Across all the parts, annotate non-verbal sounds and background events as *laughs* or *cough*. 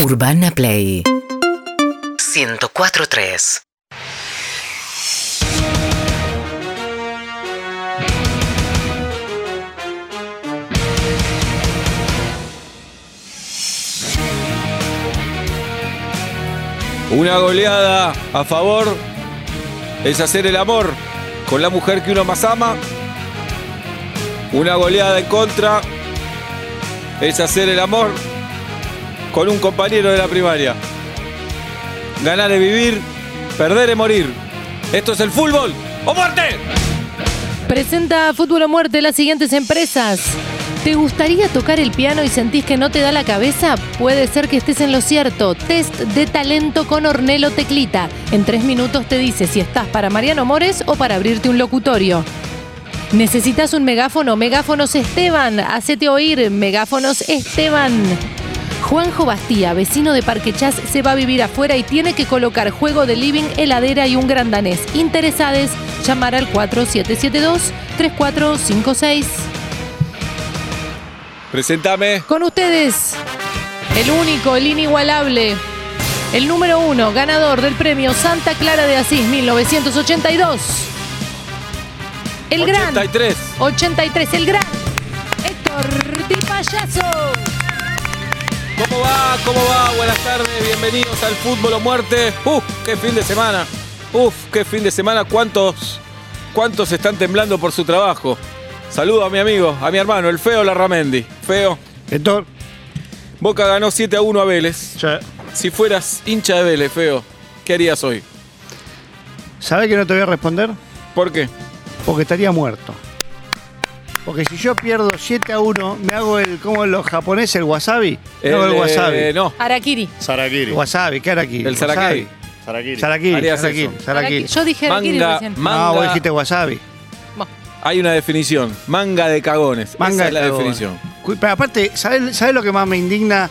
Urbana Play 104.3 Una goleada a favor es hacer el amor con la mujer que uno más ama. Una goleada en contra es hacer el amor con un compañero de la primaria. Ganar es vivir, perder es morir. Esto es el fútbol o muerte. Presenta Fútbol o Muerte las siguientes empresas. ¿Te gustaría tocar el piano y sentís que no te da la cabeza? Puede ser que estés en lo cierto. Test de talento con Ornelo Teclita. En tres minutos te dice si estás para Mariano Mores o para abrirte un locutorio. ¿Necesitas un megáfono? Megáfonos Esteban. Hacete oír. Megáfonos Esteban. Juanjo Bastía, vecino de Parque Chas, se va a vivir afuera y tiene que colocar juego de living, heladera y un gran danés. Interesades, llamar al 4772-3456. Presentame. Con ustedes, el único, el inigualable, el número uno, ganador del premio Santa Clara de Asís 1982. El gran 83. 83, el gran Héctor Di Payaso. ¿Cómo va? ¿Cómo va? Buenas tardes, bienvenidos al Fútbol o Muerte. ¡Uf! ¡Qué fin de semana! ¡Uf! ¡Qué fin de semana! ¿Cuántos, cuántos están temblando por su trabajo? Saludo a mi amigo, a mi hermano, el feo Larramendi. Feo, Héctor. Boca ganó 7 a 1 a Vélez. Si fueras hincha de Vélez, feo, ¿qué harías hoy? ¿Sabés que no te voy a responder? ¿Por qué? Porque estaría muerto. Porque si yo pierdo 7 a 1, me hago el, como los japoneses, el wasabi. Me hago el eh, wasabi. no, Arakiri. Sarakiri. Wasabi, ¿qué hará aquí? el Sarakari. Sarakiri. Sarakiri, Harías Sarakiri, eso. Sarakiri. Yo dije Arakiri Manga, recién. manga. No, vos dijiste wasabi. Bueno, Hay una definición, manga de cagones. Esa Manga es la de cagón. definición. Cu- Pero aparte, ¿sabés, sabés lo que más me indigna?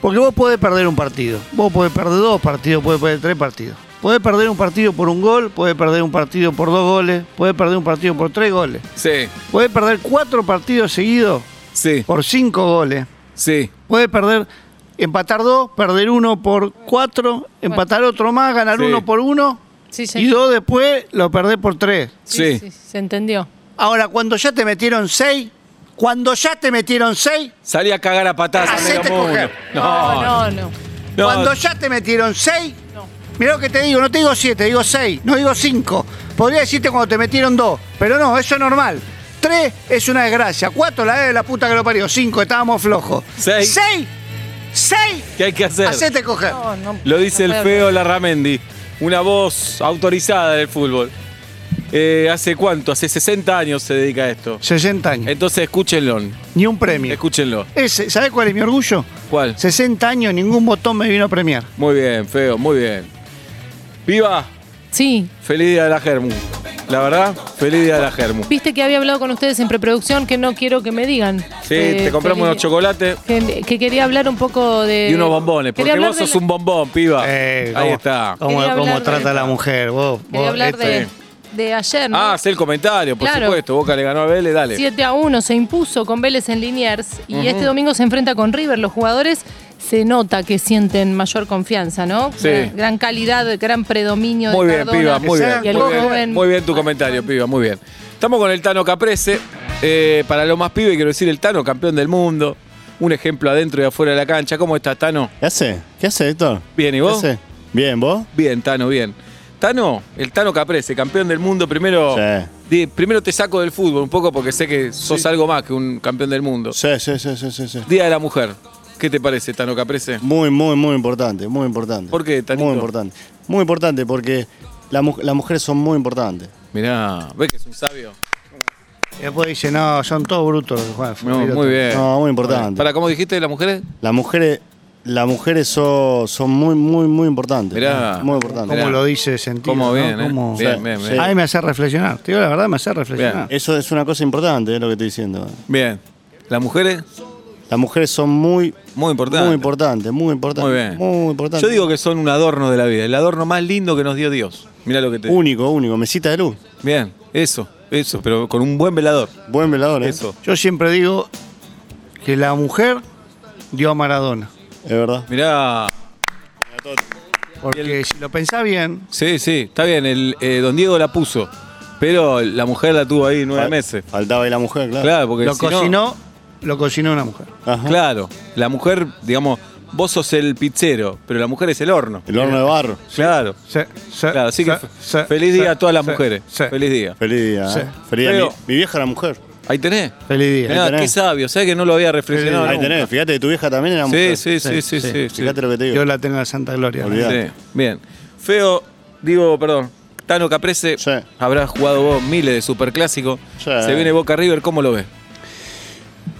Porque vos podés perder un partido. Vos podés perder dos partidos, podés perder tres partidos. Podés perder un partido por un gol, podés perder un partido por dos goles, podés perder un partido por tres goles. Sí, Podés perder cuatro partidos seguidos sí, por cinco goles. sí. Puede perder, empatar dos, perder uno por cuatro, empatar otro más, ganar Sí. uno por uno sí, sí. y dos después lo perdés por tres. Sí. Sí, sí, se entendió. Ahora, cuando ya te metieron seis, cuando ya te metieron seis, Salí a cagar a patadas. a Hacete Megamundo. coger. Ah, No, no, no, no. no. cuando ya te metieron seis, no. mirá lo que te digo, no te digo siete, digo seis, no digo cinco. Podría decirte cuando te metieron dos, pero no, eso es normal. Tres es una desgracia, cuatro la E de la puta que lo parió, cinco, estábamos flojos. Seis. seis, seis, ¿Qué hay que hacer? hacete coger. No, no, Lo dice no el puede feo Larramendi, una voz autorizada del fútbol. Eh, ¿Hace cuánto? Hace 60 años se dedica a esto. 60 años, Entonces escúchenlo, ni un premio. escúchenlo. Ese, ¿Sabés cuál es mi orgullo? ¿Cuál? 60 años, ningún botón me vino a premiar. Muy bien, feo, muy bien. Viva, hablar. Sí, feliz día de la Germu. La verdad, feliz día de la Germu. Viste que había hablado con ustedes en preproducción que no quiero que me digan. Sí, Eh, te compramos quería- unos chocolates Que, que quería hablar un poco de. y unos bombones, porque Eh, Quería hablar vos de sos la- un bombón, piba. Eh, Ah, Ahí ¿cómo- está. ¿Cómo, Quería cómo hablar de- trata a la mujer? Vos, Quería vos, hablar este- de, de ayer, ¿no? Ah, hace el comentario, por Claro. supuesto. Boca le ganó a Vélez, dale. 7 a 1 se impuso con Vélez en Liniers y este domingo se enfrenta con River. Los jugadores se nota que sienten mayor confianza, ¿no? Sí. Gran, gran calidad, gran predominio Muy de bien, Cardona. piba, muy bien. Y el Muy bien, joven- muy bien tu comentario, piba, muy bien. Estamos con el Tano Caprese. Eh, para los más pibes, quiero decir, el Tano, campeón del mundo. Un ejemplo adentro y afuera de la cancha. ¿Cómo estás, Tano? ¿Qué hace? ¿Qué hace, Héctor? Bien, ¿y ¿Qué vos? hace? Bien, ¿vos? Bien, Tano, bien. Tano, el Tano Caprese, campeón del mundo. Primero, Sí. di- primero te saco del fútbol un poco porque sé que sos algo más que un campeón del mundo. Sí, sí, sí, sí, sí, sí. Día de la Mujer. ¿Qué te parece, Tano Caprese? Muy, muy, muy importante, muy importante. ¿Por qué, Tanito? Muy importante. Muy importante porque la mu- las mujeres son muy importantes. Mirá, ¿ves que es un sabio? Y después dice, no, son todos brutos los que juegan al fútbol. No, Mirá muy tú. bien. No, muy importante. ¿Para cómo dijiste de las mujeres? Las mujeres, las mujeres son, son muy, muy, muy importantes. Mirá. Muy importantes. ¿Cómo Mirá. lo dice sentido? ¿Cómo ¿no? bien, eh? ¿Cómo- Bien, bien, Sí, bien. sí. Ahí me hace reflexionar. Te digo la verdad, me hace reflexionar. Eso es una cosa importante, es lo que estoy diciendo. Bien. ¿Las mujeres? Las mujeres son muy, Muy importante. muy importantes, muy importantes. Muy bien. Muy importantes. Yo digo que son un adorno de la vida, el adorno más lindo que nos dio Dios. Mira lo que te digo. Único, único. Mesita de luz. Bien, eso, eso, pero con un buen velador. Buen velador, ¿eh? Eso. Yo siempre digo que la mujer dio a Maradona. Es verdad. Mirá. Porque si lo pensás bien, Sí, sí, está bien. El, eh, don Diego la puso. Pero la mujer la tuvo ahí Ah. nueve meses. Faltaba ahí la mujer, claro. Claro, porque lo si no- cocinó, lo cocinó una mujer. Ajá. Claro. La mujer, digamos, vos sos el pizzero, pero la mujer es el horno. El horno de barro. Claro. Se- se- Claro, así que se- fe- se- feliz día se- a todas las se- mujeres. se- Feliz día. Feliz día. Sí. ¿eh? Feliz día. Mi, Pero- mi vieja era mujer. Ahí tenés. Feliz día. Mirá, tenés. qué sabio, sabés que no lo había reflexionado. Ahí nunca. tenés. Fíjate que tu vieja también era Sí, mujer. sí, sí, sí, sí. sí, Fíjate lo que te digo. Dios la tenga en Santa Gloria. Olvidá. Sí, Bien. Feo, digo, perdón. Tano Caprese, Sí. habrás jugado vos miles de superclásicos. Sí. Se viene Boca River, ¿cómo lo ves?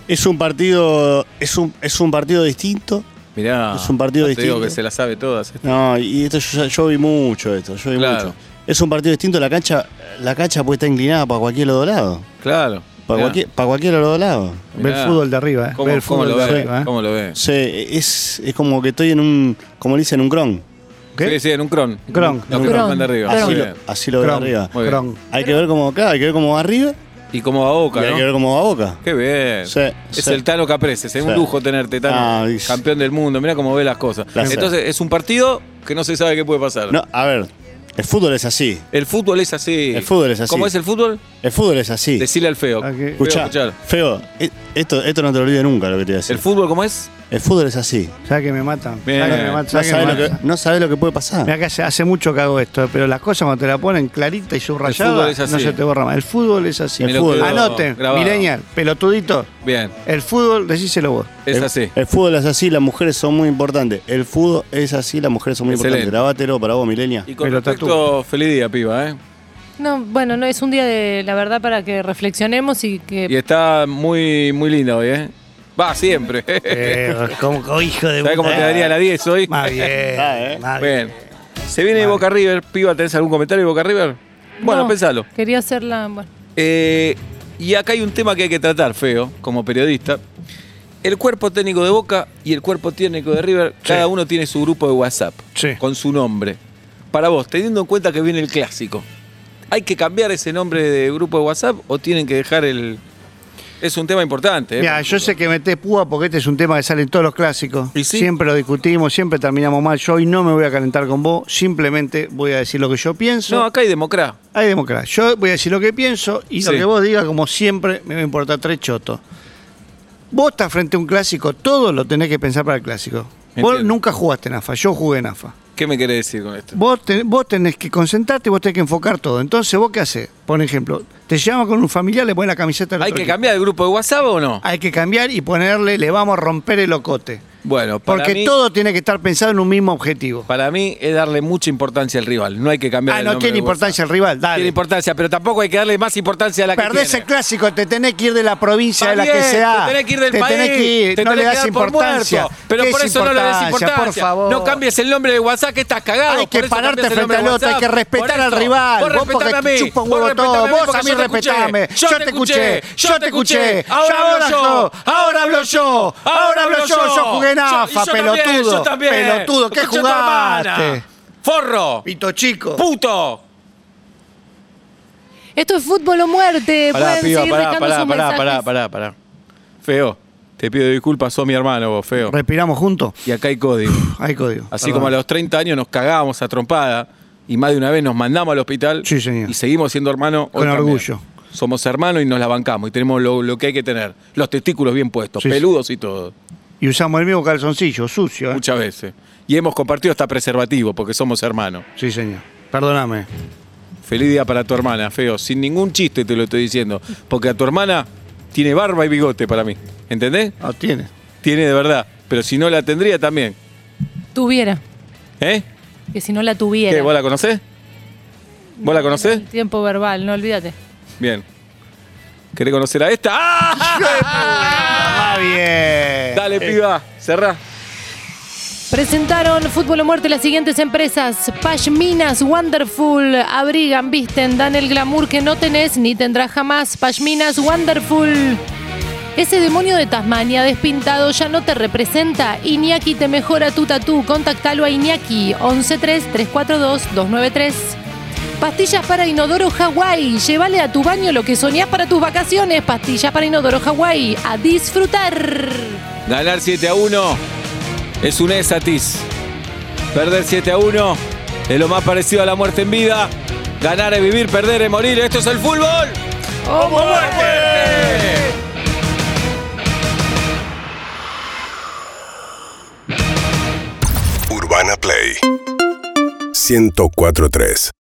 Es un partido. Es un, es un partido distinto. Mirá. Es un partido ya te digo distinto. que se la sabe todas. No, y esto yo, yo vi mucho esto, yo vi Claro. mucho. Es un partido distinto, la cancha, la cancha puede estar inclinada para cualquier lado lado. Claro. Para Mirá. cualquier, para cualquier lado lado. Ve el Mirá. fútbol de arriba, eh. ¿Cómo, Ve el cómo fútbol lo de ves? arriba, eh. ¿Cómo lo O ves? sea, es, es como que estoy en un, como le dicen, un cron. ¿Qué? Sí, sí, en un cron. Cron. Los cron Un cron. van de arriba. Cron. Así Muy lo, bien. así lo veo Cron. arriba. Muy bien. Cron. Hay que ver cómo, claro, hay que ver cómo va arriba Y cómo va Boca, y hay ¿no? que ver cómo va boca. Qué bien. Sí, es sí. el Tano Caprese, es un Sí. lujo tenerte, Tano. Ah, y- campeón del mundo, mirá cómo ve las cosas. Placer. Entonces, es un partido que no se sabe qué puede pasar. No, a ver, el fútbol es así. El fútbol es así. El fútbol es así. ¿Cómo es el fútbol? El fútbol es así. Decile al feo. Aquí. Feo, Escuchá, escuchar. feo, e- esto, esto no te lo olvides nunca lo que te voy a decir. ¿El fútbol cómo es? El fútbol es así. ¿Sabes que me matan? Bien. ¿Sabes que me matan? No ¿Sabés que sabes, me lo que, matan? no sabés lo que puede pasar. Mirá que hace, hace mucho que hago esto, eh, pero las cosas cuando te la ponen clarita y fútbol subrayada, es así. no se te borra más. El fútbol es así. El El Me lo fútbol. quedo Anoten, grabado. millennial, pelotudito. Bien, El fútbol, decíselo vos. es El- así. El fútbol es así, las mujeres son muy importantes. El fútbol es así, las mujeres son muy Excelente. importantes. Grabátelo para vos, Milenia. Y con Pero respecto, feliz día, piba, ¿eh? No, bueno, no es un día de la verdad para que reflexionemos y que Y está muy, muy linda hoy, ¿eh? Va, siempre. *laughs* *laughs* Eh, como, como hijo de ¿Sabés cómo te daría la 10 hoy? Más bien. Ah, eh. más bien. Bien. Se viene Boca River, piba, ¿tenés algún comentario de Boca River? Bueno, No, pensalo. Quería hacerla. Bueno. Eh, y acá hay un tema que hay que tratar, feo, como periodista. El cuerpo técnico de Boca y el cuerpo técnico de River, cada uno tiene su grupo de WhatsApp Sí. con su nombre. Para vos, teniendo en cuenta que viene el clásico, ¿hay que cambiar ese nombre de grupo de WhatsApp o tienen que dejar el.? Es un tema importante. ¿eh? Mira, yo sé que metés púa porque este es un tema que sale en todos los clásicos. ¿Y sí? Siempre lo discutimos, siempre terminamos mal. Yo hoy no me voy a calentar con vos, simplemente voy a decir lo que yo pienso. No, acá hay democracia. Hay democracia. Yo voy a decir lo que pienso y Sí. lo que vos digas, como siempre, me va a importar tres chotos. Vos estás frente a un clásico, todo lo tenés que pensar para el clásico. Vos Entiendo. nunca jugaste en AFA, yo jugué en AFA. ¿Qué me querés decir con esto? Vos, ten- vos tenés que concentrarte, vos tenés que enfocar todo. Entonces, ¿vos qué haces? Por ejemplo, te llama con un familiar, le pones la camiseta del ¿Hay otro que equipo. cambiar el grupo de WhatsApp o no? Hay que cambiar y ponerle, le vamos a romper el locote. Bueno, para Porque mí, todo tiene que estar pensado en un mismo objetivo. Para mí es darle mucha importancia al rival. No hay que cambiar Ah, el no nombre tiene del WhatsApp. importancia el rival, Tiene dale. importancia, pero tampoco hay que darle más importancia a la que Perdés el tiene. clásico, te tenés que ir de la provincia Está de la bien, que sea. Te tenés que ir del Te país. tenés que ir, te no tenés le que das dar por importancia. muerto. Pero ¿Qué por es eso no le des importancia. Por favor. No cambies el nombre de WhatsApp que estás cagado. Hay que por eso pararte cambias el nombre frente al de otro, hay WhatsApp. que respetar Por al eso, rival. Vos respetame porque te chupa un huevo respetame todo. Vos porque a mí yo te respetame. escuché. Yo te escuché. Yo te escuché. Ahora hablo yo. Ahora hablo yo. Ahora hablo yo. Yo jugué Yo- en y AFA, yo también, pelotudo. Yo también. Pelotudo, ¿qué Escuchá a tu hermana. jugaste? Forro. Pito chico. Puto. Esto es fútbol o muerte. Pueden seguir dejando sus mensajes. pará, pará. Feo, te pido disculpas, sos mi hermano vos, feo. Respiramos juntos. Y acá hay código. Hay código. Así Perdón. como a los 30 años nos cagábamos a trompada y más de una vez nos mandamos al hospital Sí, señor. y seguimos siendo hermanos. hoy Con también. orgullo. Somos hermanos y nos la bancamos y tenemos lo, lo que hay que tener. Los testículos bien puestos, Sí, sí. peludos y todo, Y usamos el mismo calzoncillo, sucio. ¿eh? muchas veces. Y hemos compartido hasta preservativo porque somos hermanos. Sí, señor. Perdóname. Feliz día para tu hermana, feo. Sin ningún chiste te lo estoy diciendo. Porque a tu hermana tiene barba y bigote para mí. ¿Entendés? No Ah, tiene. Tiene de verdad. Pero si no la tendría también. Tuviera. ¿Eh? Que si no la tuviera. ¿Qué? ¿Vos la conocés? ¿Vos la conocés? El tiempo verbal, no olvídate. Bien. ¿Querés conocer a esta? ¡Ah! Ah, bien. Dale, piba, cerrá. Presentaron Fútbol o Muerte las siguientes empresas. Pashminas Wonderful. Abrigan, visten, dan el glamour que no tenés ni tendrás jamás. Pashminas Wonderful. Ese demonio de Tasmania despintado ya no te representa. Iñaki te mejora tu tatú. Contactalo a Iñaki 113-342-293. Pastillas para Inodoro Hawái. Llévale a tu baño lo que soñás para tus vacaciones. Pastillas para Inodoro Hawái. A disfrutar. Ganar 7 a 1. es un esatis. Perder 7 a 1 es lo más parecido a la muerte en vida. Ganar es vivir, perder es morir. Esto es el fútbol. ¡Oh, Urbana Play 1043